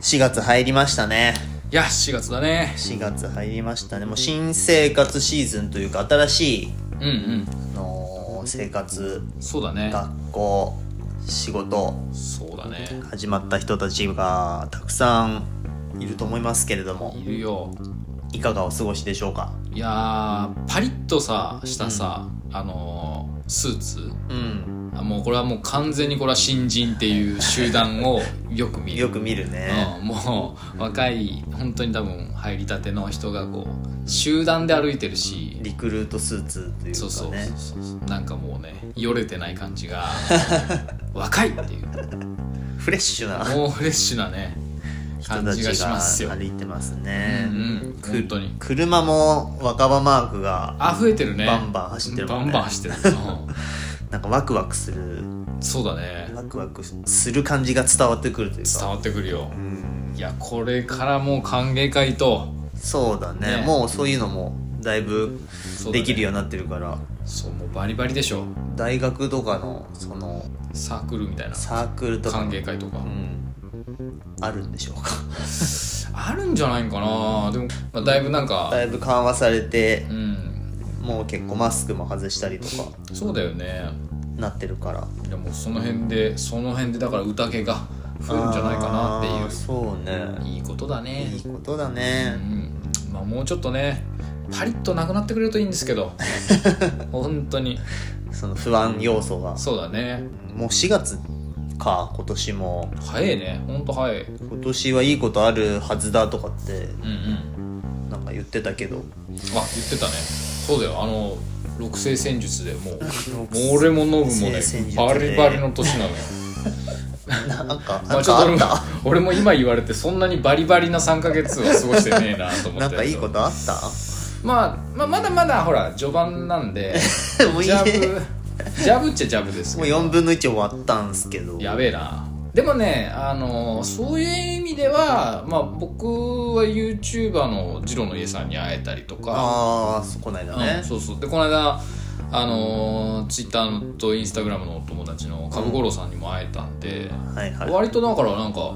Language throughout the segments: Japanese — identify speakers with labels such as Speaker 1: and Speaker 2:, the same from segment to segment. Speaker 1: 4月入りましたね。
Speaker 2: いや、4月だね。
Speaker 1: 4月入りましたね。もう新生活シーズンというか、新しい、
Speaker 2: うんうん。
Speaker 1: あのー生活、
Speaker 2: そうだね。
Speaker 1: 学校、仕事、
Speaker 2: そうだね。
Speaker 1: 始まった人たちがたくさんいると思いますけれども
Speaker 2: い、るよ。
Speaker 1: いかがお過ごしでしょうか
Speaker 2: いやー、パリッとさ、したさ、あのー、スーツ。
Speaker 1: うん。
Speaker 2: あもうこれはもう完全にこれは新人っていう集団をよく見る。
Speaker 1: よく見るね。
Speaker 2: うん、もう若い本当に多分入りたての人がこう集団で歩いてるし
Speaker 1: リクルートスーツというかね。
Speaker 2: そうそうそうそうなんかもうねよれてない感じ が若いっていう
Speaker 1: フレッシュな
Speaker 2: もうフレッシュなね
Speaker 1: 人
Speaker 2: 感
Speaker 1: た
Speaker 2: じが
Speaker 1: ち
Speaker 2: しますよ
Speaker 1: が歩いてますね。
Speaker 2: うんうん
Speaker 1: く
Speaker 2: 本当に
Speaker 1: 車も若葉マークが
Speaker 2: あ増えてるね
Speaker 1: バンバン走ってるもんね
Speaker 2: バンバン走ってる、
Speaker 1: なんかワクワクする
Speaker 2: うんそうだね
Speaker 1: ワクワクする感じが伝わってくるという
Speaker 2: 伝
Speaker 1: か
Speaker 2: わってくるよ
Speaker 1: うん
Speaker 2: いやこれからもう歓迎会と
Speaker 1: そうだね
Speaker 2: ね
Speaker 1: もうそういうのもだいぶ
Speaker 2: そうだね
Speaker 1: できるようになってるから、
Speaker 2: そうもうバリバリでしょ
Speaker 1: 大学とかのその
Speaker 2: サークルみたいな
Speaker 1: サークルとか
Speaker 2: 歓迎会とか、
Speaker 1: うんあるんでしょうか
Speaker 2: あるんじゃないんかなでも、まあ、だいぶなんか
Speaker 1: だいぶ緩和されて
Speaker 2: うん
Speaker 1: もう結構マスクも外したりとか
Speaker 2: そうだよね
Speaker 1: なってるから
Speaker 2: いやもうその辺でその辺でだから宴が増えるんじゃないかなって
Speaker 1: あー
Speaker 2: い
Speaker 1: そうね
Speaker 2: ういいことだね
Speaker 1: いいことだ
Speaker 2: う
Speaker 1: ね
Speaker 2: んまあもうちょっとねパリッとなくなってくれるといいんで すけど本当に
Speaker 1: その不安要素が
Speaker 2: そうだね
Speaker 1: もう4月か今年も
Speaker 2: 早いね本当早い
Speaker 1: 今年はいいことあるはずだとかって
Speaker 2: うんうん
Speaker 1: なんか言ってたけど
Speaker 2: あ言ってたねそうだよあの六星戦術でもうもう俺もノブもね
Speaker 1: 六星戦術で
Speaker 2: バリバリの年なのよ
Speaker 1: なんか
Speaker 2: ま
Speaker 1: な
Speaker 2: あ
Speaker 1: ん
Speaker 2: ちょっ
Speaker 1: かあっ
Speaker 2: と俺も
Speaker 1: た
Speaker 2: 俺も今言われてそんなにバリバリな3か月は過ごしてねえなと思って
Speaker 1: なんかいいことあった
Speaker 2: まあ、まあ、まだまだほら序盤なんで
Speaker 1: もういい
Speaker 2: ジ
Speaker 1: ね
Speaker 2: ャブジャブっちゃジャブです
Speaker 1: もう
Speaker 2: けど
Speaker 1: 4分の1終わったんすけど
Speaker 2: やべえなでもねあのそういう意味では、まあ、僕は YouTuber のジロの家さんに会えたりとか、
Speaker 1: ああそこないだね
Speaker 2: うんそうそうでこの間あの Twitter と Instagram のお友達の株五郎さんにも会えたんで、
Speaker 1: はいはい
Speaker 2: 割とだからなんか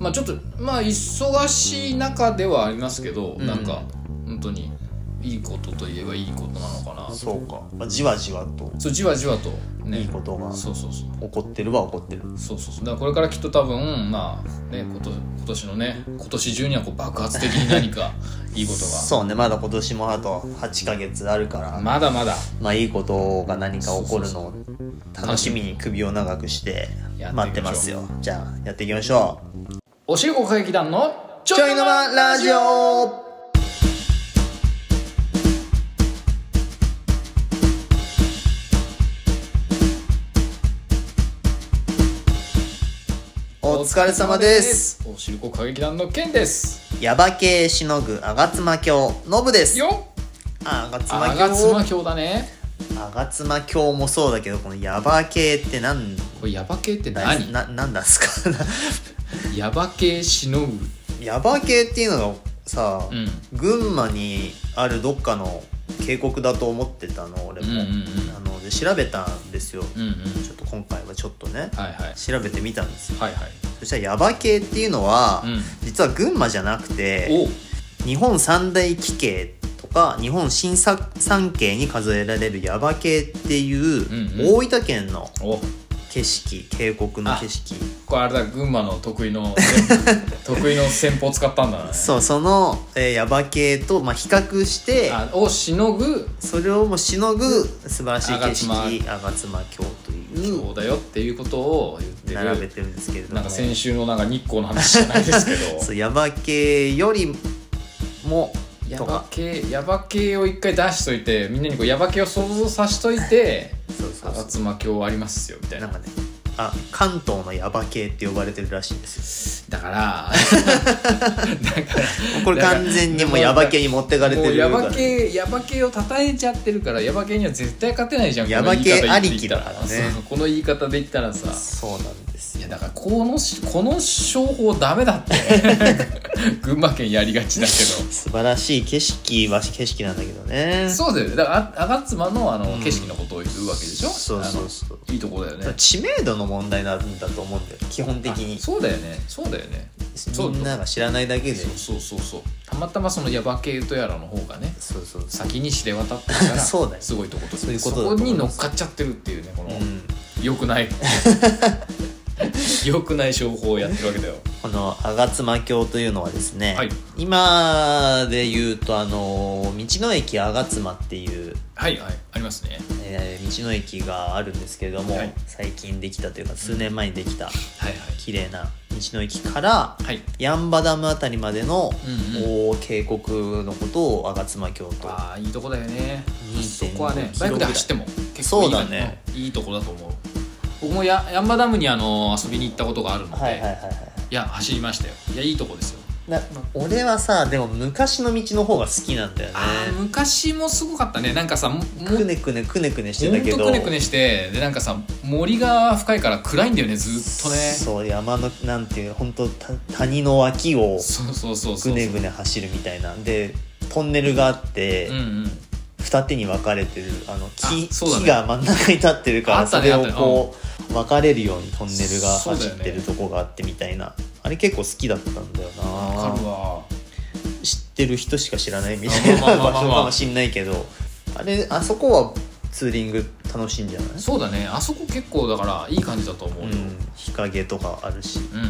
Speaker 2: まあちょっとまあ忙しい中ではありますけど、
Speaker 1: うん
Speaker 2: なんか本当にいいことといえばいいことなのかな
Speaker 1: そうかまあじわじわと
Speaker 2: そうじわじわとね
Speaker 1: いいことが
Speaker 2: そうそうそう
Speaker 1: 怒ってるは怒ってる
Speaker 2: そうそうそうだからこれからきっと多分まあねこと今年のね今年中にはこう爆発的に 何かいいこと
Speaker 1: そうねまだ今年もあと8ヶ月あるか
Speaker 2: が
Speaker 1: ら
Speaker 2: まだまだ
Speaker 1: まあいいことが何か起こるのを楽しみに首を長くして
Speaker 2: やって
Speaker 1: 待
Speaker 2: いきましょう
Speaker 1: ってますよじゃあやっていきましょう
Speaker 2: おしるこ歌劇団のち
Speaker 1: ちょいのまラジオお疲れ様です
Speaker 2: おしるこ歌劇団のケンです
Speaker 1: ヤバ系しのぐあがつま教のぶです
Speaker 2: よ
Speaker 1: あがつ
Speaker 2: あ
Speaker 1: ま
Speaker 2: がつま
Speaker 1: 教
Speaker 2: 教だね
Speaker 1: あがつま教もそうだけどこのヤバ系ってなん
Speaker 2: これヤバ系って
Speaker 1: だ
Speaker 2: 何
Speaker 1: ななんだっすか
Speaker 2: ヤバ系しのぐ
Speaker 1: ヤバ系っていうのがさ、
Speaker 2: うん
Speaker 1: 群馬にあるどっかの渓谷だと思ってたの俺
Speaker 2: うん
Speaker 1: も、
Speaker 2: うん
Speaker 1: あので調べたんですよ、
Speaker 2: うんうんうん
Speaker 1: ちょっと今回はちょっとね
Speaker 2: はいはい
Speaker 1: 調べてみたんですよ
Speaker 2: はいはい
Speaker 1: そしたらヤバ系っていうのは、
Speaker 2: うん
Speaker 1: 実は群馬じゃなくて
Speaker 2: お
Speaker 1: 日本三大奇形とか日本新三三景に数えられるヤバ系っていう、
Speaker 2: うんう
Speaker 1: 大分県の
Speaker 2: お
Speaker 1: 景色渓谷の景色
Speaker 2: これあれだ群馬の得意の 得意の戦法使ったんだね
Speaker 1: そうその、えー、ヤバ系と、まあ、比較して
Speaker 2: あをしのぐ
Speaker 1: それをもうしのぐ素晴らしい景
Speaker 2: 吾
Speaker 1: 色吾妻峡という
Speaker 2: そうだよっていうことを言ってる
Speaker 1: 並べてるんですけれども
Speaker 2: なんか先週のなんか日光の話じゃないですけ
Speaker 1: そ
Speaker 2: ど
Speaker 1: うヤバ系よりも
Speaker 2: ヤ
Speaker 1: と
Speaker 2: バ
Speaker 1: か
Speaker 2: 系ヤバ系を一回出しといてみんなにこうヤバ系を想像さしといて
Speaker 1: そうそうそ
Speaker 2: 吾妻教ありますよみた
Speaker 1: う
Speaker 2: い
Speaker 1: な
Speaker 2: なん
Speaker 1: かねあ関東のヤバ系って呼ばれてるらしいんです
Speaker 2: だから だから
Speaker 1: よこれ完全にもうヤバ系に持ってかれて
Speaker 2: もう
Speaker 1: る
Speaker 2: ヤ
Speaker 1: から
Speaker 2: バ系ヤバ系を叩いちゃってるからヤバ系には絶対勝てないじゃん
Speaker 1: ヤバ系
Speaker 2: この言い方
Speaker 1: あり
Speaker 2: で言った
Speaker 1: きだからね
Speaker 2: そうこの言い方で言ったらさ
Speaker 1: そうなんです
Speaker 2: い
Speaker 1: よ
Speaker 2: やだからこのしこの商法ダ メだって群馬県やりがちだけど
Speaker 1: 素晴らしい景色は景色なんだけどね
Speaker 2: そうだよねだからあ吾妻のあの、
Speaker 1: うん
Speaker 2: 景色のことを言うわけでしょ
Speaker 1: そうそうそう
Speaker 2: あのいいとこだよね
Speaker 1: 知名度の問題なんだと思うんだよ基本的に
Speaker 2: あそうだよねそうだよね
Speaker 1: です
Speaker 2: そ
Speaker 1: よ
Speaker 2: う
Speaker 1: みんなが知らないだけで
Speaker 2: そうそうそうそうたまたまそのヤバ系とやらの方がね
Speaker 1: そうそうそう
Speaker 2: 先に知れ渡ってるか ら
Speaker 1: そうだよ
Speaker 2: すごいとこと
Speaker 1: そういうことだと
Speaker 2: そこ
Speaker 1: 思います
Speaker 2: に乗っかっちゃってるっていうねこの、
Speaker 1: うん
Speaker 2: 良 くない良くない商法をやってるわけだよ
Speaker 1: この吾妻橋というのはですね、
Speaker 2: はい
Speaker 1: 今で言うとあの道の駅吾妻っていう、
Speaker 2: はいはいありますね
Speaker 1: えー道の駅があるんですけれども、
Speaker 2: はい
Speaker 1: 最近できたというか数年前にできた
Speaker 2: はい
Speaker 1: 綺麗な道の駅から
Speaker 2: はいはい
Speaker 1: ヤンバダムあたりまでの、
Speaker 2: うん
Speaker 1: お渓谷のことを吾妻橋と
Speaker 2: ああいいとこだよね
Speaker 1: 2.5
Speaker 2: そこはねバイクで走っても結構いい
Speaker 1: そうだね
Speaker 2: いいとこだと思う僕もやヤンバダムにあの遊びに行ったことがあるので、
Speaker 1: はいはいはい
Speaker 2: い、
Speaker 1: はい
Speaker 2: や走りましたよいやいいとこですよ
Speaker 1: な俺はさでも昔の道の方が好きなんだよね
Speaker 2: あー昔もすごかったねなんかさもも
Speaker 1: くねくねくねくねして
Speaker 2: ほ
Speaker 1: た
Speaker 2: ん
Speaker 1: け
Speaker 2: と
Speaker 1: ど
Speaker 2: くねくねしてでなんかさ森が深いから暗いんだよねずっとね
Speaker 1: そう山のなんていう本当た谷の脇を
Speaker 2: そうそうそうそ
Speaker 1: ぐ
Speaker 2: う
Speaker 1: ねぐね走るみたいなでトンネルがあって、
Speaker 2: うんうん
Speaker 1: 二手に分かれてるあの木
Speaker 2: あそうだね
Speaker 1: 木が真ん中に立ってるから
Speaker 2: あった
Speaker 1: そ
Speaker 2: ね
Speaker 1: れをこう分かれるようにトンネルが
Speaker 2: そうだ
Speaker 1: 走
Speaker 2: よ
Speaker 1: っ
Speaker 2: ね
Speaker 1: てるとこがあってみたいな、あれ結構好きだったんだよ
Speaker 2: わ
Speaker 1: な
Speaker 2: かるわ
Speaker 1: 知ってる人しか知らないみたいな
Speaker 2: まあまあ
Speaker 1: 場
Speaker 2: まあまあ
Speaker 1: 所かもしんないけどあれあそこはツーリング楽しいんじゃない
Speaker 2: そうだねあそこ結構だからいい感じだと思う
Speaker 1: う
Speaker 2: よ、
Speaker 1: ん日陰とかあるし
Speaker 2: うん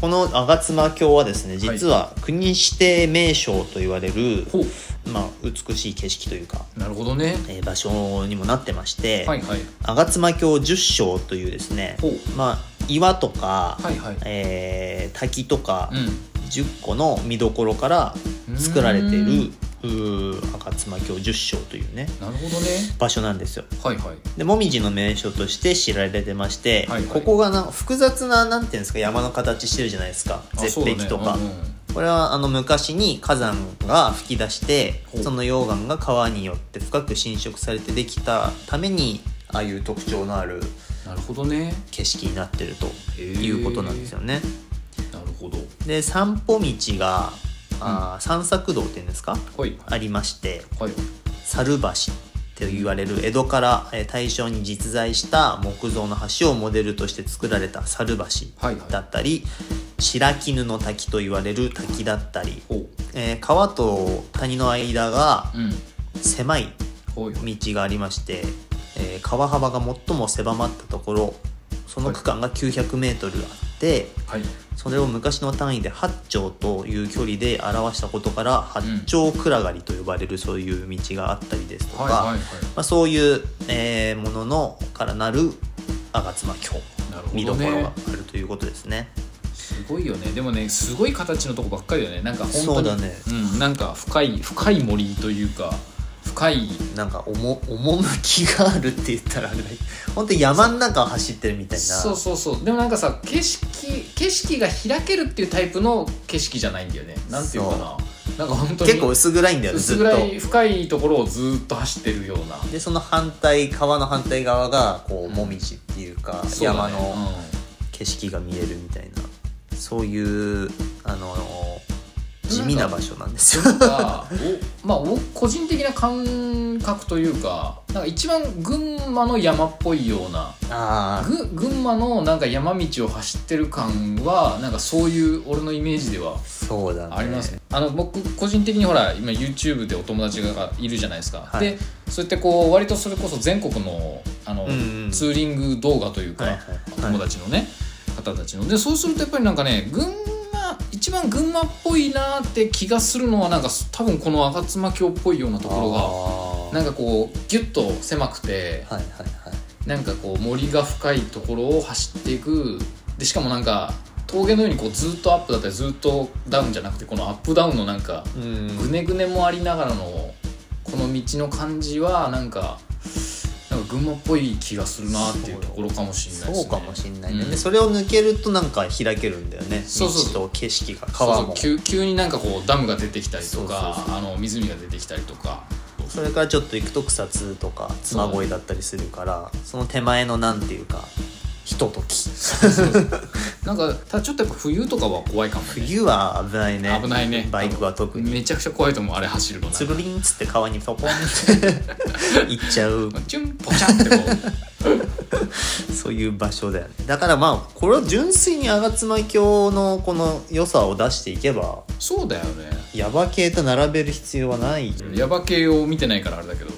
Speaker 1: この吾妻峡はですね実は国指定名勝と言われる、
Speaker 2: ほ
Speaker 1: まあ、美しい景色というか、
Speaker 2: うなるほどね
Speaker 1: えー場所にもなってまして、
Speaker 2: はいはい
Speaker 1: 吾妻峡十勝というですね
Speaker 2: ほう
Speaker 1: まあ岩とか、
Speaker 2: はいはい
Speaker 1: えー滝とか
Speaker 2: う
Speaker 1: 10個の見どころから
Speaker 2: ん
Speaker 1: 作られて
Speaker 2: う
Speaker 1: い
Speaker 2: ー
Speaker 1: るうー吾妻峡十勝というね
Speaker 2: んなるほどね
Speaker 1: 場所なんですよ。
Speaker 2: はいはい
Speaker 1: で紅葉の名所として知られてまして、
Speaker 2: はいはい
Speaker 1: ここがな複雑ななんていうんですか山の形してるじゃないですか
Speaker 2: あ
Speaker 1: 絶
Speaker 2: そうだ
Speaker 1: 壁
Speaker 2: ね
Speaker 1: とか、
Speaker 2: うんうん
Speaker 1: これはあの昔に火山が噴き出して
Speaker 2: ほう
Speaker 1: その溶岩が川によって深く侵食されてできたためにああいう特徴のある
Speaker 2: なるほどね
Speaker 1: 景色になってるということなんですよね。
Speaker 2: なるほど
Speaker 1: で散歩道があー散策道っていうんですか
Speaker 2: はい
Speaker 1: ありまして
Speaker 2: はい
Speaker 1: 猿橋って言われる江戸からえー大正に実在した木造の橋をモデルとして作られた猿橋
Speaker 2: はいはい
Speaker 1: だったり白絹の滝と言われる滝だったり、
Speaker 2: ほう
Speaker 1: えー川と谷の間が
Speaker 2: うん
Speaker 1: 狭い
Speaker 2: ほい
Speaker 1: 道がありまして、えー川幅が最も狭まったところその区間が 900m あって、
Speaker 2: はい
Speaker 1: それを昔の単位で八丁という距離で表したことから八丁暗がりと呼ばれるそういう道があったりですとか、
Speaker 2: はいはいは
Speaker 1: まあ、そういう、えーもののからなる吾妻峡
Speaker 2: いなる
Speaker 1: 見
Speaker 2: ほ
Speaker 1: ど
Speaker 2: ど
Speaker 1: ころが
Speaker 2: ね
Speaker 1: あるということですね。
Speaker 2: すごいよねでもねすごい形のとこばっかりだよねなんか本当に
Speaker 1: そうだね
Speaker 2: うん、なんか深い深い森というか深い
Speaker 1: なんかおも趣があるって言ったらあれだけど本当に山の中を走ってるみたいな
Speaker 2: そうそうそうでもなんかさ景色景色が開けるっていうタイプの景色じゃないんだよねなんていうかななんか本当に
Speaker 1: 結構薄暗いんだよねず
Speaker 2: 薄
Speaker 1: っと
Speaker 2: 暗い深いところをずっと走ってるような
Speaker 1: でその反対川の反対側がこう紅葉っていうか、
Speaker 2: そうだね
Speaker 1: 山の。景色が見えるみたいなそういうあの地味な場所なんですよ。
Speaker 2: うんがおまあお個人的な感覚というかなんか一番群馬の山っぽいような
Speaker 1: あ
Speaker 2: ぐ群馬のなんか山道を走ってる感はなんかそういう俺のイメージでは
Speaker 1: あそうだね。
Speaker 2: ありますねあの僕個人的にほら今 YouTube でお友達がいるじゃないですか、
Speaker 1: はい
Speaker 2: でそうやってこう割とそれこそ全国のあの、
Speaker 1: うんうん
Speaker 2: ツーリング動画というか、
Speaker 1: はいはいはい
Speaker 2: 友達のね、方たちのでそうするとやっぱりなんかね群馬一番群馬っぽいなーって気がするのはなんか多分この吾妻峡っぽいようなとこ
Speaker 1: あ
Speaker 2: ろがなんかこうギュッと狭くて
Speaker 1: ーはいはいはい。
Speaker 2: なんかこう森が深いところを走っていくでしかもなんか峠のようにこうずっとアップだったりずっとダウンじゃなくてこのアップダウンのなんか
Speaker 1: うん
Speaker 2: ぐねぐねもありながらのこの道の感じはなんかなんか群馬っぽい気がするなっていうところかもしれないです
Speaker 1: そ
Speaker 2: ね。
Speaker 1: うかもしんないね、
Speaker 2: うん
Speaker 1: でそれを抜けるとなんか開けるんだよね
Speaker 2: そうそう
Speaker 1: 道と景色が川も
Speaker 2: そうそう急急になんかこうダムが出てきたりとか
Speaker 1: そうそう
Speaker 2: あの湖が出てきたりとか
Speaker 1: それからちょっと行くと草津とか妻恋だったりするからその手前のなんていうかひととき
Speaker 2: なんかただちょっとやっぱ冬とかは怖いかも、ね、
Speaker 1: 冬は危ないね
Speaker 2: 危ないね
Speaker 1: バイクは特に
Speaker 2: めちゃくちゃ怖いと思うあれ走るのなんか
Speaker 1: つるりんっつって川にポコンって 行っちゃう
Speaker 2: チュンポチャンってこう
Speaker 1: そういう場所だよねだからまあこれを純粋に吾妻峡のこの良さを出していけば
Speaker 2: そうだよね
Speaker 1: ヤバ系と並べる必要はない
Speaker 2: ヤバ系を見てないからあれだけど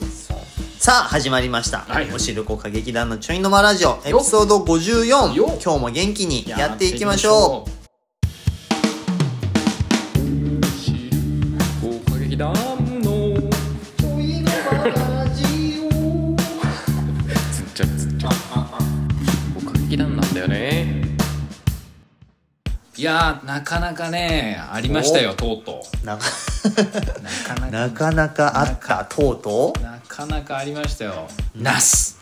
Speaker 1: さあ始まりました、
Speaker 2: はい
Speaker 1: おしるこ歌劇団のちょいの間ラジオエピソード54
Speaker 2: よ
Speaker 1: 今日も元気にやっていきましょう
Speaker 2: う歌劇団のつっちゃつっちゃ歌劇団なんだよねいやーなかなかねありましたよとうと
Speaker 1: なか
Speaker 2: うなかなか
Speaker 1: なかなかあったとうとう
Speaker 2: なかなかありましたよナス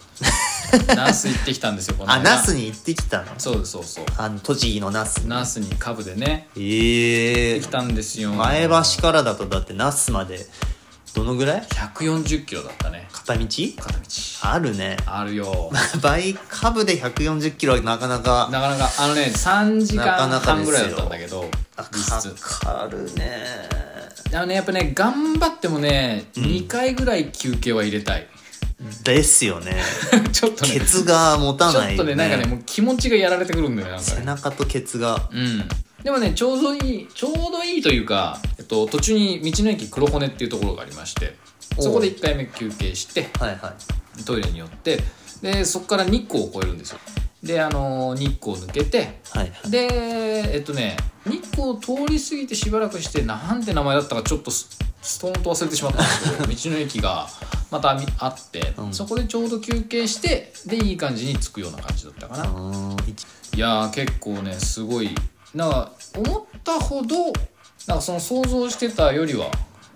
Speaker 2: ナス行ってきたんですよこの
Speaker 1: あ
Speaker 2: 間
Speaker 1: ナスに行ってきたの
Speaker 2: そうですそうそう
Speaker 1: あの栃木のナス
Speaker 2: ナスにカブでね
Speaker 1: ええ
Speaker 2: 行ってきたんですよ
Speaker 1: 前橋からだとだってナスまでどのぐらい
Speaker 2: 140キロだったね
Speaker 1: 片道
Speaker 2: 片道
Speaker 1: あるね
Speaker 2: あるよ
Speaker 1: 倍株で140キロはなかなか
Speaker 2: なかなかあのね3時間
Speaker 1: なかなか
Speaker 2: 半
Speaker 1: ですよ
Speaker 2: ぐらいだったんだけど
Speaker 1: あ
Speaker 2: 実質
Speaker 1: かかるね
Speaker 2: あのねやっぱね頑張ってもね、2回ぐらい休憩は入れたい
Speaker 1: ですよね
Speaker 2: ちょっとね
Speaker 1: ケツが持た
Speaker 2: ちょ
Speaker 1: ない
Speaker 2: っ
Speaker 1: よ
Speaker 2: とねなんかねもう気持ちがやられてくるんだ よねなんか
Speaker 1: 背
Speaker 2: ね
Speaker 1: 中とケツが
Speaker 2: うんでもねちょうどいいちょうどいいというか、えっと、途中に道の駅黒骨っていうところがありましてそこで1回目休憩して
Speaker 1: はいはい
Speaker 2: トイレに寄ってでそこから日光を越えるんですよであのー日光を抜けて
Speaker 1: はいはい
Speaker 2: でえっとね日光を通り過ぎてしばらくしてなんて名前だったかちょっとスストーンと忘れてしまったんですけど道の駅がまたみあって、
Speaker 1: うん
Speaker 2: そこでちょうど休憩してでいい感じに着くような感じだったかな、
Speaker 1: うーん一
Speaker 2: いやー結構ねすごいなんか思ったほどなんかその想像してたよりは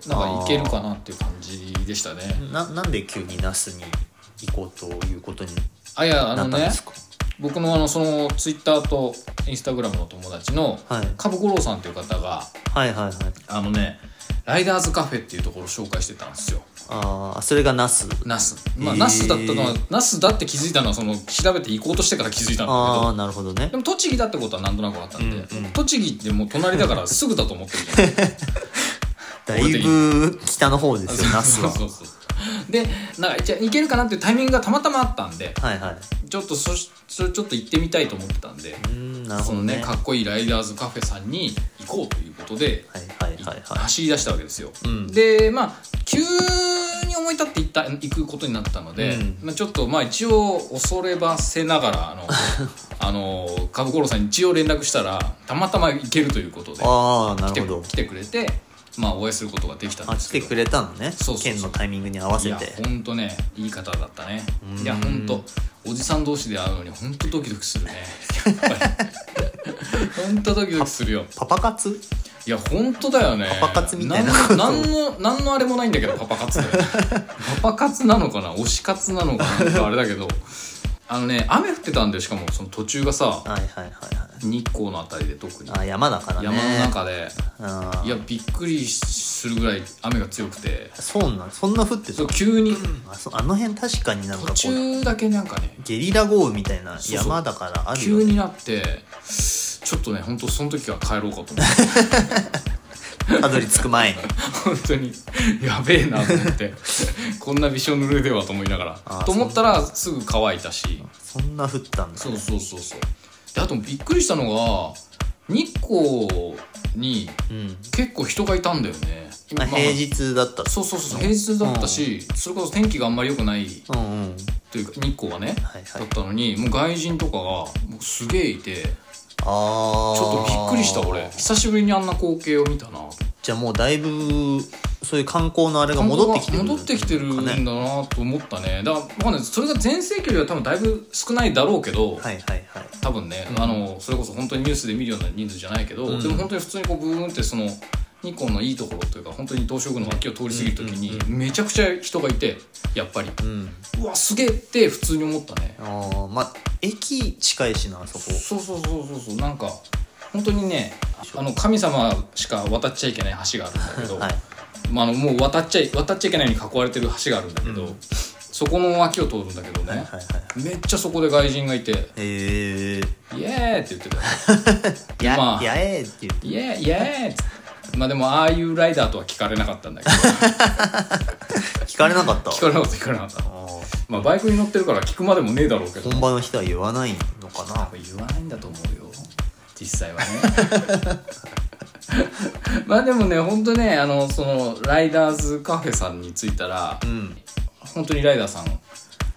Speaker 2: なんかいけるかなっていう感じでしたね
Speaker 1: ななんで急にナスに行こうということに
Speaker 2: あいやあ
Speaker 1: な
Speaker 2: の
Speaker 1: ったん
Speaker 2: ね
Speaker 1: ですか、
Speaker 2: 僕のあのそのツイッターとインスタグラムの友達の
Speaker 1: はい、
Speaker 2: カブ五郎さんっていう方が
Speaker 1: はいはいはい
Speaker 2: あのねライダーズカフェっていうところを紹介してたんですよ
Speaker 1: ああそれがナス
Speaker 2: ナスまあ
Speaker 1: へー
Speaker 2: ナスだったのはナスだって気づいたのはその調べて行こうとしてから気づいたんだけ
Speaker 1: あ
Speaker 2: ど
Speaker 1: あなるほどね
Speaker 2: でも栃木だってことはなんとなく分かったんで、
Speaker 1: うんうん
Speaker 2: 栃木ってもう隣だからすぐだと思ってるじゃん
Speaker 1: だいぶ北の方ですよ ナス
Speaker 2: そう
Speaker 1: は
Speaker 2: そうそうでなんかじゃあ行けるかなっていうタイミングがたまたまあったんで
Speaker 1: はいはい
Speaker 2: ちょっとそしそれちょっと行ってみたいと思ってたんで、
Speaker 1: うーんなる
Speaker 2: そ
Speaker 1: ほ
Speaker 2: の
Speaker 1: ど
Speaker 2: ね
Speaker 1: ね
Speaker 2: かっこいいライダーズカフェさんに行こうということで、
Speaker 1: はいはいはいはい
Speaker 2: 走り出したわけですよ、
Speaker 1: うん
Speaker 2: でまあ急に思い立って行った行くことになったので、
Speaker 1: うん
Speaker 2: まあ、ちょっとまあ一応恐ればせながらあ のあの株五郎さんに一応連絡したらたまたま行けるということで
Speaker 1: ああな
Speaker 2: 来て
Speaker 1: るほど
Speaker 2: 来てくれて、まあ、お会いすることができたん
Speaker 1: あ
Speaker 2: で
Speaker 1: 来
Speaker 2: すけ
Speaker 1: て
Speaker 2: ど
Speaker 1: くれたのね
Speaker 2: そうそうそう
Speaker 1: 県のタイミングに合わ
Speaker 2: い
Speaker 1: せ
Speaker 2: や
Speaker 1: て
Speaker 2: ほんとねいい方だったね
Speaker 1: うん
Speaker 2: いやほんとおじさん同士で会うのにほんとドキドキするね やっぱりほんとドキドキするよ
Speaker 1: パパ活
Speaker 2: いや本当だよね
Speaker 1: パパ活みたいなこと
Speaker 2: なんのなんのなんのあれもないんだけどパパ活だよねパパ活なのかな推し活なのかななんかあれだけどあのね雨降ってたんでしかもその途中がさ
Speaker 1: はいはいはいはい
Speaker 2: 日光のあたりで特に
Speaker 1: あ山だからね
Speaker 2: 山の中で
Speaker 1: あ
Speaker 2: いやびっくりするぐらい雨が強くて
Speaker 1: そうなんそんな降ってた
Speaker 2: そう急に
Speaker 1: あそあの辺確かになんか
Speaker 2: 途
Speaker 1: こう
Speaker 2: 中だけなんかね
Speaker 1: ゲリラ豪雨みたいな
Speaker 2: そうそう
Speaker 1: 山だからあるよ
Speaker 2: 急
Speaker 1: ね
Speaker 2: になってちょっとね本当その時は帰ろうかと思って
Speaker 1: たどり着く前に
Speaker 2: 本当にやべえなと思ってこんなびしょ濡れではと思いなが
Speaker 1: あ
Speaker 2: ら
Speaker 1: ー
Speaker 2: と思ったらすぐ乾いたし
Speaker 1: そんな降ったんだ
Speaker 2: そうそうそうそうであとびっくりしたのが日光に
Speaker 1: うん
Speaker 2: 結構人がいたんだよね
Speaker 1: まあ
Speaker 2: まあ
Speaker 1: 平日だった
Speaker 2: そうそうそう平日だったし、それこそ天気があんまり良くない
Speaker 1: うんうん
Speaker 2: というか日光はね、
Speaker 1: はいは
Speaker 2: だっ
Speaker 1: い
Speaker 2: たのにもう外人とかがもうすげえいてち
Speaker 1: あ
Speaker 2: ょ
Speaker 1: あ
Speaker 2: っとびっくりした俺久しぶりにあんな光景を見たな
Speaker 1: じゃあもうだいぶそういう観光のあれが戻ってきてる
Speaker 2: 戻ってきてる
Speaker 1: か
Speaker 2: んだ
Speaker 1: ね
Speaker 2: なと思ったねだからわかんないそれが全盛期よりは多分だいぶ少ないだろうけど、
Speaker 1: はいはいはい
Speaker 2: 多分ね、
Speaker 1: うん
Speaker 2: あのそれこそ本当にニュースで見るような人数じゃないけど、
Speaker 1: うん
Speaker 2: でも本当に普通にこうブーンってその日光のいいところというか本当に東照宮の脇を通り過ぎる時にめちゃくちゃ人がいてやっぱり
Speaker 1: うん
Speaker 2: うわすげえって普通に思ったね
Speaker 1: ああまあ駅近いしなあそこ
Speaker 2: そうそうそうそうそうなんか本当にねあの神様しか渡っちゃいけない橋があるんだけ ど、
Speaker 1: はい
Speaker 2: まあ、あのもう渡っちゃい渡っちゃいけないように囲われてる橋があるんだけど、
Speaker 1: うん
Speaker 2: そこの脇を通るんだけどね、
Speaker 1: はいはいはい
Speaker 2: めっちゃそこで外人がいて
Speaker 1: ええ
Speaker 2: 「イエーイ!」って言ってたよ
Speaker 1: ー、 や、
Speaker 2: まあ
Speaker 1: やえーって言っ
Speaker 2: 「イエーイイエーイ!」まあでもああいうライダーとは聞かれなかったんだけど
Speaker 1: て聞かれなかった
Speaker 2: 聞かれなかった聞かれなかった
Speaker 1: あー
Speaker 2: まあバイクに乗ってるから聞くまでもねえだろうけど
Speaker 1: 本場の人は言わないのかな
Speaker 2: 多分言わないんだと思うよ 実際はねまあでもね本当ねあのそのライダーズカフェさんに着いたら
Speaker 1: うん
Speaker 2: 本当にライダーさん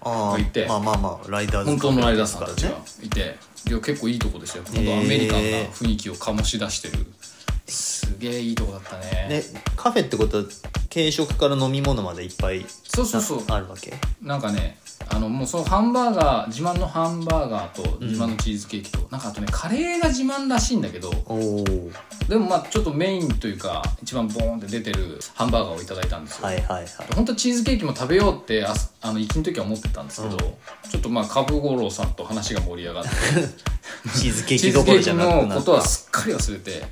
Speaker 1: あ
Speaker 2: 行って
Speaker 1: あまあまあまあライダーズ
Speaker 2: 本当のライダーさんたち
Speaker 1: ね
Speaker 2: がいていや結構いいとこでしたよ本当アメリカンな雰囲気を醸し出してるすげえいいとこだったね
Speaker 1: でカフェってことは軽食から飲み物までいっぱい
Speaker 2: そうそうそう
Speaker 1: あるわけ
Speaker 2: なんかねあのもうそのハンバーガー自慢のハンバーガーと自慢のチーズケーキと、なんかあとねカレーが自慢らしいんだけど
Speaker 1: おおー
Speaker 2: でもまあちょっとメインというか一番ボーンって出てるハンバーガーをいただいたんですよ、
Speaker 1: はいはいはい
Speaker 2: 本当はチーズケーキも食べようってあすあの行きの時は思ってたんですけど、
Speaker 1: うん
Speaker 2: ちょっとまあカブ五郎さんと話が盛り上がって
Speaker 1: チーズケー
Speaker 2: チ
Speaker 1: キど
Speaker 2: ーズケ
Speaker 1: ころ
Speaker 2: ー
Speaker 1: じゃ
Speaker 2: キ
Speaker 1: なくなった
Speaker 2: のことはすっかり忘れて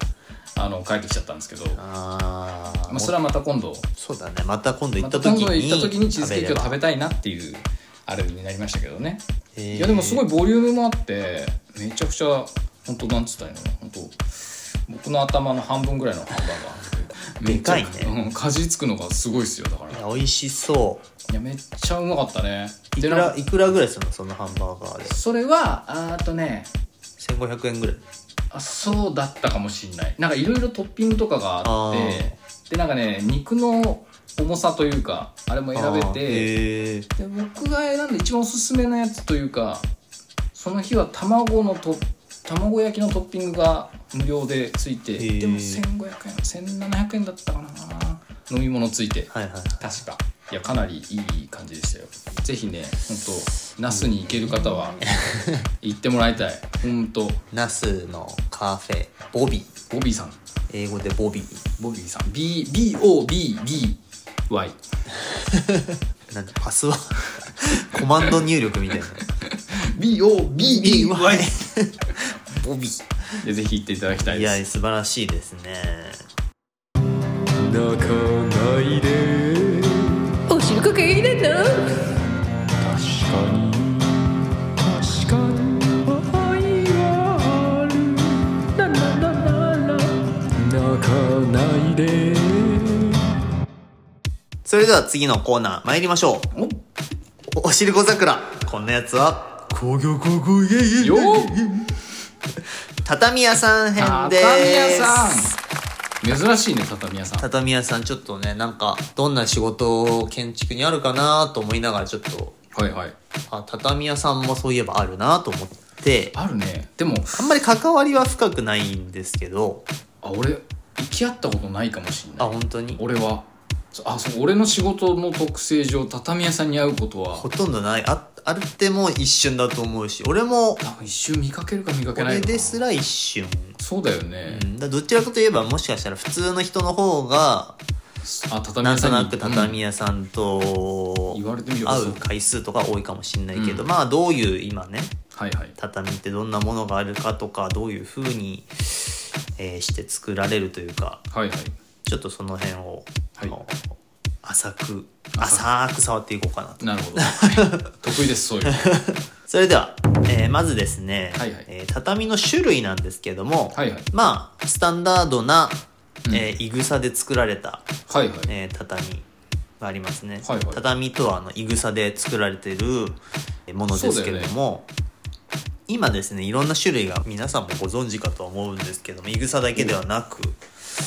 Speaker 2: あの帰ってきちゃったんですけど
Speaker 1: あー
Speaker 2: まあ、それはまた今度
Speaker 1: そうだねまた今度行
Speaker 2: ま
Speaker 1: ったた時
Speaker 2: 今
Speaker 1: に
Speaker 2: 度行った時にチーズケーキを食
Speaker 1: べ
Speaker 2: べたいなっていうあれになりましたけどね
Speaker 1: れば
Speaker 2: いやでもすごい
Speaker 1: へ
Speaker 2: ボリュームもあってめちゃくちゃ本当なんつったらいいの本当僕の頭の半分ぐらいのハンバーガー
Speaker 1: でかいね
Speaker 2: めっちゃうん、かじりつくのがすごいですよだから
Speaker 1: ーいや美味しそう
Speaker 2: いやめっちゃうまかったね
Speaker 1: いく
Speaker 2: でな
Speaker 1: ら
Speaker 2: んか
Speaker 1: いくらぐらいするのそのハンバーガーで
Speaker 2: それはあーっとね
Speaker 1: 1500円ぐらい
Speaker 2: あそうだったかもしんないなんかいろいろトッピングとかがあってでなんかね肉の重さというかあれも選べ
Speaker 1: あー
Speaker 2: て
Speaker 1: へー
Speaker 2: で僕が選んだ一番おすすめのやつというかその日は卵のと卵焼きのトッピングが無料でついて
Speaker 1: ー
Speaker 2: でも1500円1700円だったかな飲み物ついて
Speaker 1: はいはい
Speaker 2: 確かいやかなりいい感じでしたよぜひね本当那須に行ける方は行ってもらいたい本当
Speaker 1: ナスのカフェボビー
Speaker 2: ボビーさん
Speaker 1: 英語でボビー
Speaker 2: ボビーさん B- BOBBY
Speaker 1: なんてパスワコマンド入力みたいな
Speaker 2: BOBBY
Speaker 1: ボビー
Speaker 2: でぜひ行っていただきたい
Speaker 1: い
Speaker 2: です
Speaker 1: や素晴らしいですね
Speaker 2: 泣かないで
Speaker 3: おしるこ系入れんの
Speaker 2: 確かに確かに愛はある
Speaker 3: ラララララ
Speaker 2: 泣かないで
Speaker 1: それでは次のコーナー参りましょうおおしるこ桜こんなやつは工業高校イエイエイ
Speaker 2: よ
Speaker 1: 畳屋さん編
Speaker 2: 畳
Speaker 1: です
Speaker 2: 屋さん珍しいね畳屋さん
Speaker 1: 畳屋さんちょっとねなんかどんな仕事建築にあるかなと思いながらちょっと
Speaker 2: はいはい
Speaker 1: あ畳屋さんもそういえばあるなと思って
Speaker 2: あるねでも
Speaker 1: あんまり関わりは深くないんですけど
Speaker 2: あ俺行き合ったことないかもしん
Speaker 1: あ
Speaker 2: ない
Speaker 1: 本当に
Speaker 2: 俺はそあそう俺の仕事の特性上畳屋さんに会うことは
Speaker 1: ほとんどないああれってもう一瞬だと思うし俺も
Speaker 2: 多分一瞬見かけるか見かけな
Speaker 1: 俺
Speaker 2: いのかな
Speaker 1: ですら一瞬
Speaker 2: そうだよね
Speaker 1: う、ん、だからどちらかといえばもしかしたら普通の人の方が
Speaker 2: あ畳
Speaker 1: な
Speaker 2: 屋
Speaker 1: ん
Speaker 2: さ
Speaker 1: と
Speaker 2: んに
Speaker 1: なく畳屋さんと
Speaker 2: 言われてみれば
Speaker 1: 会
Speaker 2: そう
Speaker 1: う回数とか多いかもしれないけど、
Speaker 2: う
Speaker 1: まあどういう今ね
Speaker 2: はいはい
Speaker 1: 畳ってどんなものがあるかとかどういう風に、えーして作られるというか
Speaker 2: はいはい
Speaker 1: ちょっとその辺を、あ
Speaker 2: はい
Speaker 1: の浅く
Speaker 2: 浅
Speaker 1: 浅く触っていこうかなと。
Speaker 2: なる ほど。はい得意です、そういうの。
Speaker 1: それでは、えーまずですね、
Speaker 2: はいはい
Speaker 1: えー畳の種類なんですけども、
Speaker 2: はいはい
Speaker 1: まあスタンダードな、
Speaker 2: うん
Speaker 1: えーいぐさで作られた、
Speaker 2: はいはい。
Speaker 1: えー畳がありますね、
Speaker 2: はいはい
Speaker 1: 畳とはあのいぐさで作られてるえーものですけれども、今ですねいろんな種類が皆さんもご存知かとは思うんですけどもいぐさだけではなく、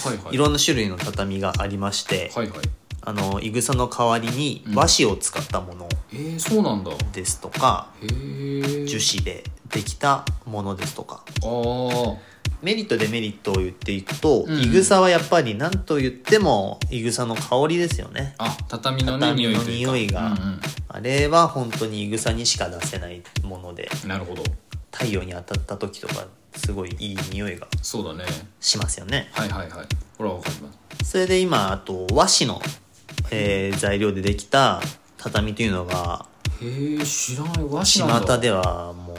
Speaker 2: はいはい。
Speaker 1: いろんな種類の畳がありまして、
Speaker 2: はいはい。
Speaker 1: あのいぐさの代わりに和紙を使ったもの
Speaker 2: えー、そうなんだ。へ
Speaker 1: ですとか、
Speaker 2: え。
Speaker 1: 樹脂でできたものですとか
Speaker 2: ああ。
Speaker 1: メリットデメリットを言っていくと、
Speaker 2: うん
Speaker 1: いぐさはやっぱり何と言ってもいぐさの香りですよね
Speaker 2: あ、畳のね、
Speaker 1: 畳
Speaker 2: 匂い
Speaker 1: の
Speaker 2: というか。
Speaker 1: 匂いが、
Speaker 2: うん
Speaker 1: あれは本当にいぐさにしか出せないもので
Speaker 2: うん。なるほど。
Speaker 1: 太陽に当たった時とかすごいいい匂いが
Speaker 2: そうだね。
Speaker 1: しますよね
Speaker 2: はいはいはい。これはわかります。
Speaker 1: それで今あと和紙の、えー材料でできた畳というのが
Speaker 2: へえ、知らない。和紙なんだ。
Speaker 1: 巷ではもう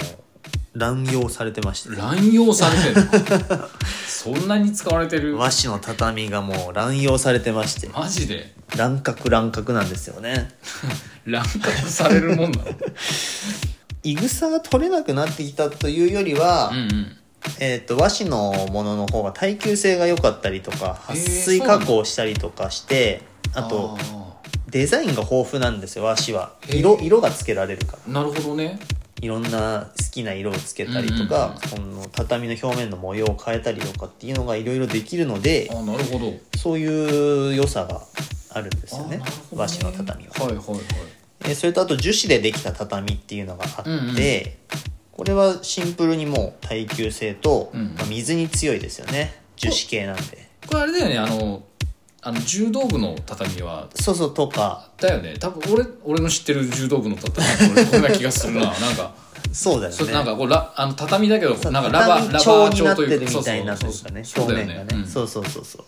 Speaker 1: 乱用されてまして
Speaker 2: 乱用されてる。 そんなに使われてる。
Speaker 1: 和紙の畳がもう乱用されてまして
Speaker 2: マジで
Speaker 1: 乱獲乱獲なんですよね
Speaker 2: 乱獲されるもんなの。
Speaker 1: いぐさが取れなくなってきたと いうよりは、
Speaker 2: うんうん。
Speaker 1: えー、と和紙のものの方が耐久性が良かったりとか撥
Speaker 2: へー
Speaker 1: 水加工したりとかしてあと
Speaker 2: ー
Speaker 1: デザインが豊富なんですよ和紙は
Speaker 2: へえ
Speaker 1: 色色がつけられるから
Speaker 2: なるほどね
Speaker 1: いろんな好きな色をつけたりとか、この畳の表面の模様を変えたりとかっていうのがいろいろできるので
Speaker 2: あなるほど
Speaker 1: そういう良さがあるんですよね
Speaker 2: あなるほど
Speaker 1: 和紙の畳は。
Speaker 2: はいはいはい
Speaker 1: えーそれとあと樹脂でできた畳っていうのがあって、
Speaker 2: うんうん
Speaker 1: これはシンプルにもう耐久性と、
Speaker 2: うん
Speaker 1: まあ、水に強いですよね樹脂系なんで。
Speaker 2: これあれだよねあのあの柔道部の畳は
Speaker 1: そうそうとか
Speaker 2: だよね多分俺俺の知ってる柔道部の畳これこんな気 がするななんか
Speaker 1: そうだよ
Speaker 2: そう
Speaker 1: ね。
Speaker 2: なんかこうラあの畳だけど
Speaker 1: そう
Speaker 2: なんかラバ
Speaker 1: 畳
Speaker 2: ーラバ
Speaker 1: 調
Speaker 2: ー
Speaker 1: になって
Speaker 2: 調とい
Speaker 1: る
Speaker 2: うか
Speaker 1: みたいなと
Speaker 2: そう
Speaker 1: いう
Speaker 2: そ
Speaker 1: かね表
Speaker 2: うそうだよ
Speaker 1: 面がね
Speaker 2: ん
Speaker 1: そうそうそうそう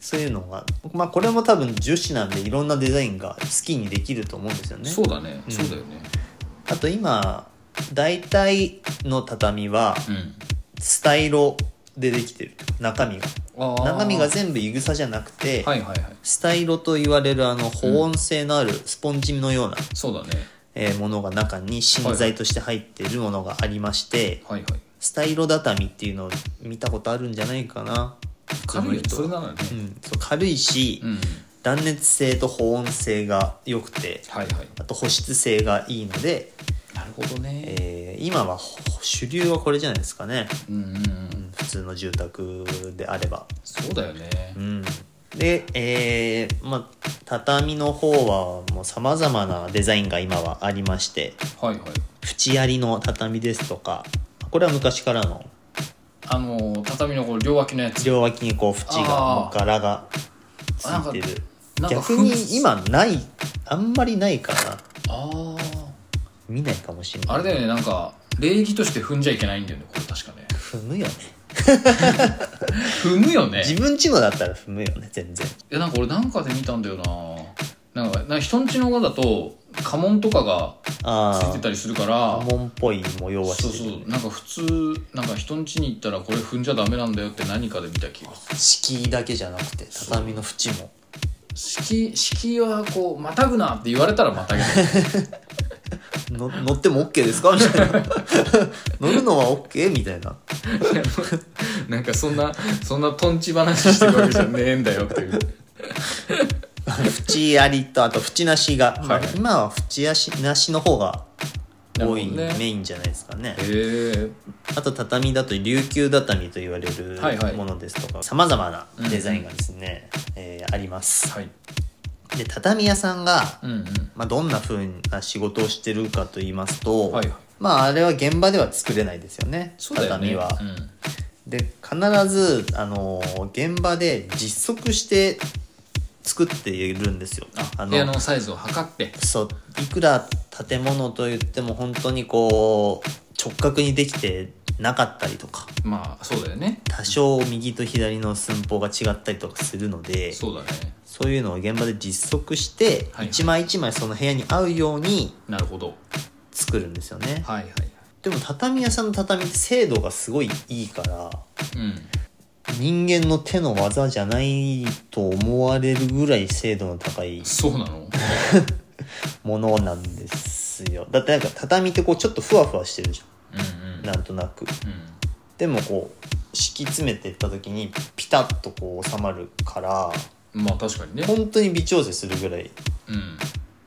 Speaker 1: そういうのがまあこれも多分樹脂なんでいろんなデザインが好きにできると思うんですよね
Speaker 2: そうだね、
Speaker 1: うん
Speaker 2: そうだよね
Speaker 1: あと今大体の畳は
Speaker 2: うん
Speaker 1: スタイロでできてる中身が
Speaker 2: あー
Speaker 1: 中身が全部いぐさじゃなくて、
Speaker 2: はいはいはい
Speaker 1: スタイロと言われるあの保温性のあるスポンジのような、
Speaker 2: そうだね
Speaker 1: えーものが中に芯材として入っているものがありまして、
Speaker 2: はいはい
Speaker 1: スタイロ畳っていうのを見たことあるんじゃないかな
Speaker 2: 軽いよねそれなのよね
Speaker 1: うん、そう軽いし、
Speaker 2: うん、
Speaker 1: 断熱性と保温性が良くて
Speaker 2: はいはい
Speaker 1: あと保湿性がいいので、
Speaker 2: なるほどね、
Speaker 1: えー今はほ主流はこれじゃないですかね、
Speaker 2: うんうんうん
Speaker 1: 普通の住宅であれば
Speaker 2: そうだよね、
Speaker 1: うんで、えーまあ、畳の方はもう様々なデザインが今はありまして
Speaker 2: はいはい
Speaker 1: 縁ありの畳ですとかこれは昔からの
Speaker 2: あの畳のこう両脇のやつ
Speaker 1: 両脇にこう縁が
Speaker 2: あー
Speaker 1: 柄がついてる
Speaker 2: なんか
Speaker 1: 逆
Speaker 2: ふん
Speaker 1: に今ないあんまりないかな
Speaker 2: あ
Speaker 1: 見ないかもしれな
Speaker 2: あ
Speaker 1: い
Speaker 2: あれだよねなんか礼儀として踏んじゃいけないんだよねこれ確かね
Speaker 1: 踏むよね
Speaker 2: 踏むよね
Speaker 1: 自分ちのだったら踏むよね全然
Speaker 2: いやなんか俺なんかで見たんだよななんかなんか人んちの方だと家紋とかがつ
Speaker 1: あ
Speaker 2: いて
Speaker 1: あ
Speaker 2: たりするから
Speaker 1: 家紋っぽい模様は
Speaker 2: そう
Speaker 1: してる
Speaker 2: そうなんか普通なんか人んちに行ったらこれ踏んじゃダメなんだよって何かで見た気がする
Speaker 1: 敷居だけじゃなくて畳の縁も
Speaker 2: 敷居敷居はこうまたぐなって言われたらまたぐ な
Speaker 1: の乗っても OK ですかみたいな 乗るのは OK? みたいな
Speaker 2: なんかそんなそんなとんち話してるわけじゃねえんだよっていう
Speaker 1: 縁ありとあと縁なしが、
Speaker 2: はい
Speaker 1: まあ今は縁なしなしの方が多い、
Speaker 2: なるほどね
Speaker 1: メインじゃないですかね
Speaker 2: へえ
Speaker 1: あと畳だと琉球畳と言われる
Speaker 2: はいはい
Speaker 1: ものですとかさまざまなデザインがですね、えーあります
Speaker 2: はい
Speaker 1: で畳屋さんが、
Speaker 2: うんうん
Speaker 1: まあ、どんな風な仕事をしてるかと言いますと、
Speaker 2: はいはい
Speaker 1: まああれは現場では作れないですよね
Speaker 2: そうだよ
Speaker 1: 畳
Speaker 2: ね
Speaker 1: は、
Speaker 2: うん
Speaker 1: で必ず、あのー現場で実測して作っているんですよ
Speaker 2: あ部屋のサイズを測って
Speaker 1: そういくら建物といっても本当にこう直角にできてなかったりとか
Speaker 2: まあそうだよね
Speaker 1: 多少右と左の寸法が違ったりとかするのでそう
Speaker 2: そうだね
Speaker 1: いうのを現場で実測して、
Speaker 2: はい
Speaker 1: 一枚一枚その部屋に合うように
Speaker 2: なるほど
Speaker 1: 作るんですよね、
Speaker 2: はいはい
Speaker 1: でも畳屋さんの畳って精度がすごいいいから
Speaker 2: うん
Speaker 1: 人間の手の技じゃないと思われるぐらい精度の高い
Speaker 2: そうなの
Speaker 1: ものなんですよだってなんか畳ってこうちょっとふわふわしてるじ
Speaker 2: うんうん
Speaker 1: ゃんなんとなく
Speaker 2: うん
Speaker 1: でもこう敷き詰めていった時にピタッとこう収まるから
Speaker 2: まあ確かにね。
Speaker 1: 本当に微調整するぐらい
Speaker 2: うん。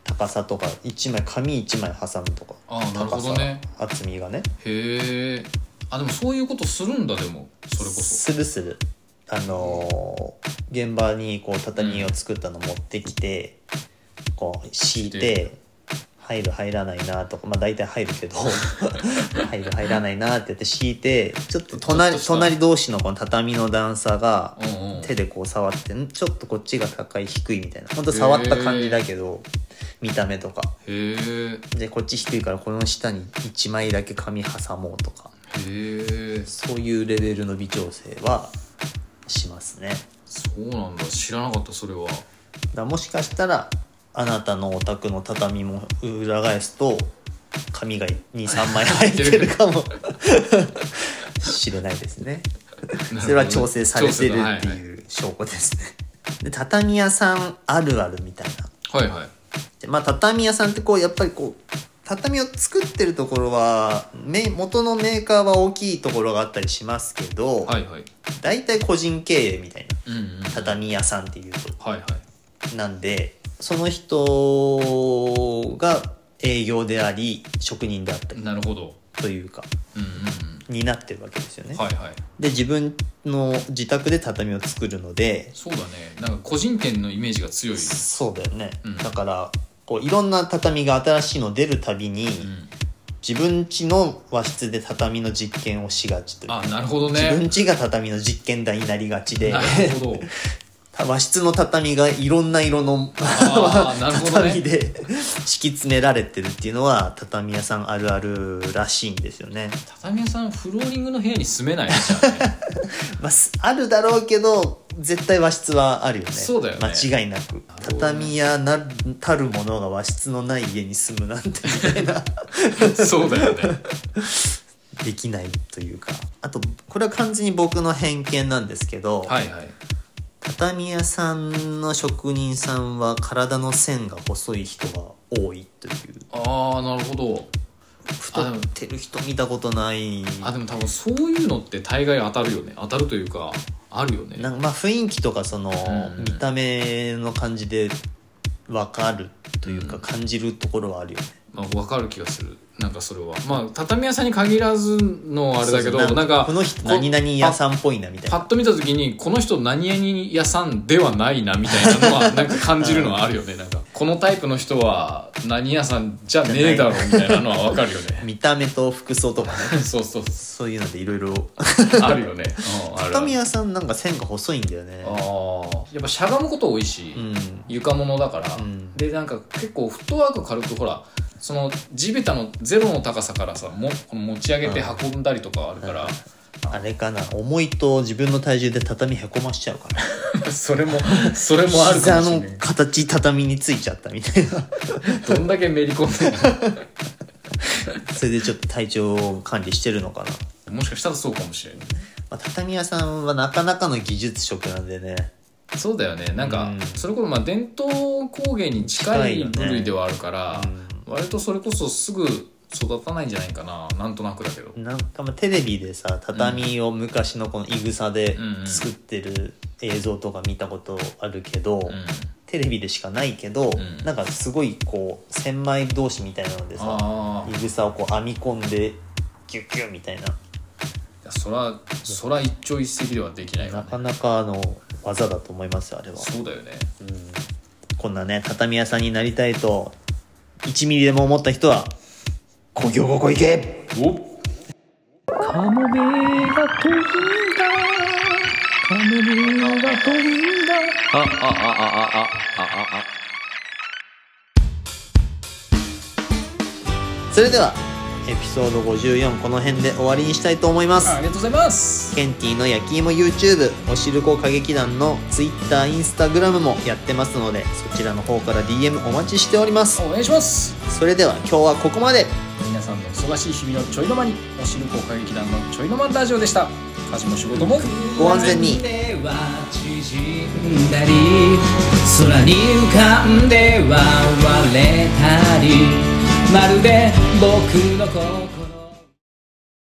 Speaker 1: 高さとか1枚紙1枚挟むとか
Speaker 2: ああ、なる
Speaker 1: 高
Speaker 2: ほ
Speaker 1: さ
Speaker 2: どね。
Speaker 1: 厚みがね
Speaker 2: へえ。あ、でもそういうことするんだ、でも。それこそ。
Speaker 1: するするあのー現場にこう畳を作ったの持ってきて、こう敷いて入る入らないなとかまあ大体入るけど 入る入らないなって言って敷いてちょっと
Speaker 2: ちょ
Speaker 1: 隣
Speaker 2: っとした
Speaker 1: 隣同士のこの畳の段差が
Speaker 2: うんうん。
Speaker 1: 手でこう触ってんちょっとこっちが高い低いみたいなほんと触った感じだけど見た目とか
Speaker 2: へえ。
Speaker 1: でこっち低いからこの下に1枚だけ紙挟もうとか
Speaker 2: へえ。
Speaker 1: そういうレベルの微調整はしますねだか
Speaker 2: そうなんだ。知らなかった、それは。
Speaker 1: らもしかしたらあなたのお宅の畳も裏返すと紙が23枚入ってる かもしれないですね それは調整されてるって
Speaker 2: 調整
Speaker 1: いう証拠ですねで畳屋さんあるあるみたいな
Speaker 2: だはいはい。はいはい。
Speaker 1: でまあ、畳屋さんってこうやっぱりこう畳を作ってるところはめ元のメーカーは大きいところがあったりしますけど、
Speaker 2: はいはい。
Speaker 1: 大体個人経営みたいな
Speaker 2: うんうん。はい
Speaker 1: 畳屋さんっていう
Speaker 2: はい。
Speaker 1: となんでその人が営業であり職人であったり
Speaker 2: なるほど
Speaker 1: というか
Speaker 2: うんうん
Speaker 1: になってるわけですよ
Speaker 2: う
Speaker 1: ね、
Speaker 2: んはいはい
Speaker 1: で自分の自宅で畳を作るので
Speaker 2: そうだねなんか個人店のイメージが強い
Speaker 1: そうだよね、
Speaker 2: うん
Speaker 1: だからこういろんな畳が新しいの出るたびに、
Speaker 2: うん
Speaker 1: 自分家の和室で畳の実験をしがちというか
Speaker 2: あなるほど
Speaker 1: 自分
Speaker 2: ね
Speaker 1: 家が畳の実験台になりがちで
Speaker 2: なるほど
Speaker 1: 和室の畳がいろんな色の
Speaker 2: あ ーなるほど
Speaker 1: 畳
Speaker 2: ね
Speaker 1: で敷き詰められてるっていうのは畳屋さんあるあるらしいんですよね。
Speaker 2: 畳屋さんフローリングの部屋に住めないねじゃあね
Speaker 1: まあ、すあるだろうけど絶対和室はあるよね
Speaker 2: そうだよね
Speaker 1: 間違いなく
Speaker 2: ほどね
Speaker 1: 畳屋なるたるものが和室のない家に住むなんてみたい な
Speaker 2: そうだよね
Speaker 1: できないというかあとこれは完全に僕の偏見なんですけど、
Speaker 2: はいはい
Speaker 1: 畳屋さんの職人さんは体の線が細い人が多いという
Speaker 2: ああなるほど
Speaker 1: 太ってる人見たことない
Speaker 2: あでも多分そういうのって大概当たるよね当たるというかあるよね
Speaker 1: なんかまあ雰囲気とかその
Speaker 2: うん
Speaker 1: 見た目の感じで分かるというか
Speaker 2: うん
Speaker 1: 感じるところはあるよね
Speaker 2: まあ、分かる気がするなんかそれはまあ畳屋さんに限らずのあれだけど
Speaker 1: そうそう
Speaker 2: なんか
Speaker 1: この人何々屋さんっぽいなみたい
Speaker 2: パ
Speaker 1: な
Speaker 2: ッと見た時にこの人何々屋さんではないなみたいな のはなんか感じるのはあるよねなんかこのタイプの人は何屋さんじゃねえだろみたいなのは分かるよ ね
Speaker 1: 見た目と服装とかね
Speaker 2: そうそう
Speaker 1: そういうのでいろいろ
Speaker 2: あるよね、うん、あるあ
Speaker 1: 畳
Speaker 2: る
Speaker 1: 屋さんなんか線が細いんだよね
Speaker 2: あーやっぱしゃがむこと多いし、
Speaker 1: うん
Speaker 2: 床物だから、
Speaker 1: うん
Speaker 2: でなんか結構フットワーク軽くほらその地べたのゼロの高さからさもこの持ち上げて運んだりとかあるから、
Speaker 1: あれかな重いと自分の体重で畳へこましちゃうから
Speaker 2: それもそれ もあるか
Speaker 1: 膝
Speaker 2: もしれ
Speaker 1: の
Speaker 2: ない
Speaker 1: 形畳についちゃったみたいな
Speaker 2: どんだけめり込んでる
Speaker 1: それでちょっと体調を管理してるのかな、
Speaker 2: のもしかしたらそうかもしれない
Speaker 1: まあ、畳屋さんはなかなかの技術職なんでね
Speaker 2: そうだよねなんか、
Speaker 1: うん
Speaker 2: それこそまあ伝統工芸に近い部類ではあるから、
Speaker 1: 近いよね
Speaker 2: 割とそれこそすぐ育たないんじゃないかななんとなくだけど
Speaker 1: なんかまあテレビでさ畳を昔のこのいぐさで
Speaker 2: うんうん
Speaker 1: 作ってる映像とか見たことあるけど、
Speaker 2: うん
Speaker 1: テレビでしかないけど、
Speaker 2: うん
Speaker 1: なんかすごいこう千枚同士みたいなのでさ
Speaker 2: ああ
Speaker 1: いぐさをこう編み込んでギュッギュッみたいない
Speaker 2: やそらそら一朝一夕ではできないわ
Speaker 1: な
Speaker 2: ね
Speaker 1: かなかあの技だと思いますよあれは、
Speaker 2: そうだよね
Speaker 1: うん、こんなね畳屋さんになりたいと1ミリでも思った人は工業高校行け
Speaker 2: お
Speaker 3: カモメが飛んだカモメが飛んだ
Speaker 2: あああああああああ
Speaker 1: それではエピソード54この辺で終わりにしたいと思います
Speaker 2: ありがとうございます
Speaker 1: ケンティの焼き芋 YouTube おしるこ歌劇団の Twitter、Instagram もやってますのでそちらの方から DM お待ちしております
Speaker 2: お願いします
Speaker 1: それでは今日はここまで
Speaker 2: 皆さんの忙しい日々のちょいの間におしるこ歌劇団のちょいの間ラジオでした家事も仕事も
Speaker 1: ご安全に
Speaker 3: では縮んだり空に浮かんでは割れたりまるで僕の声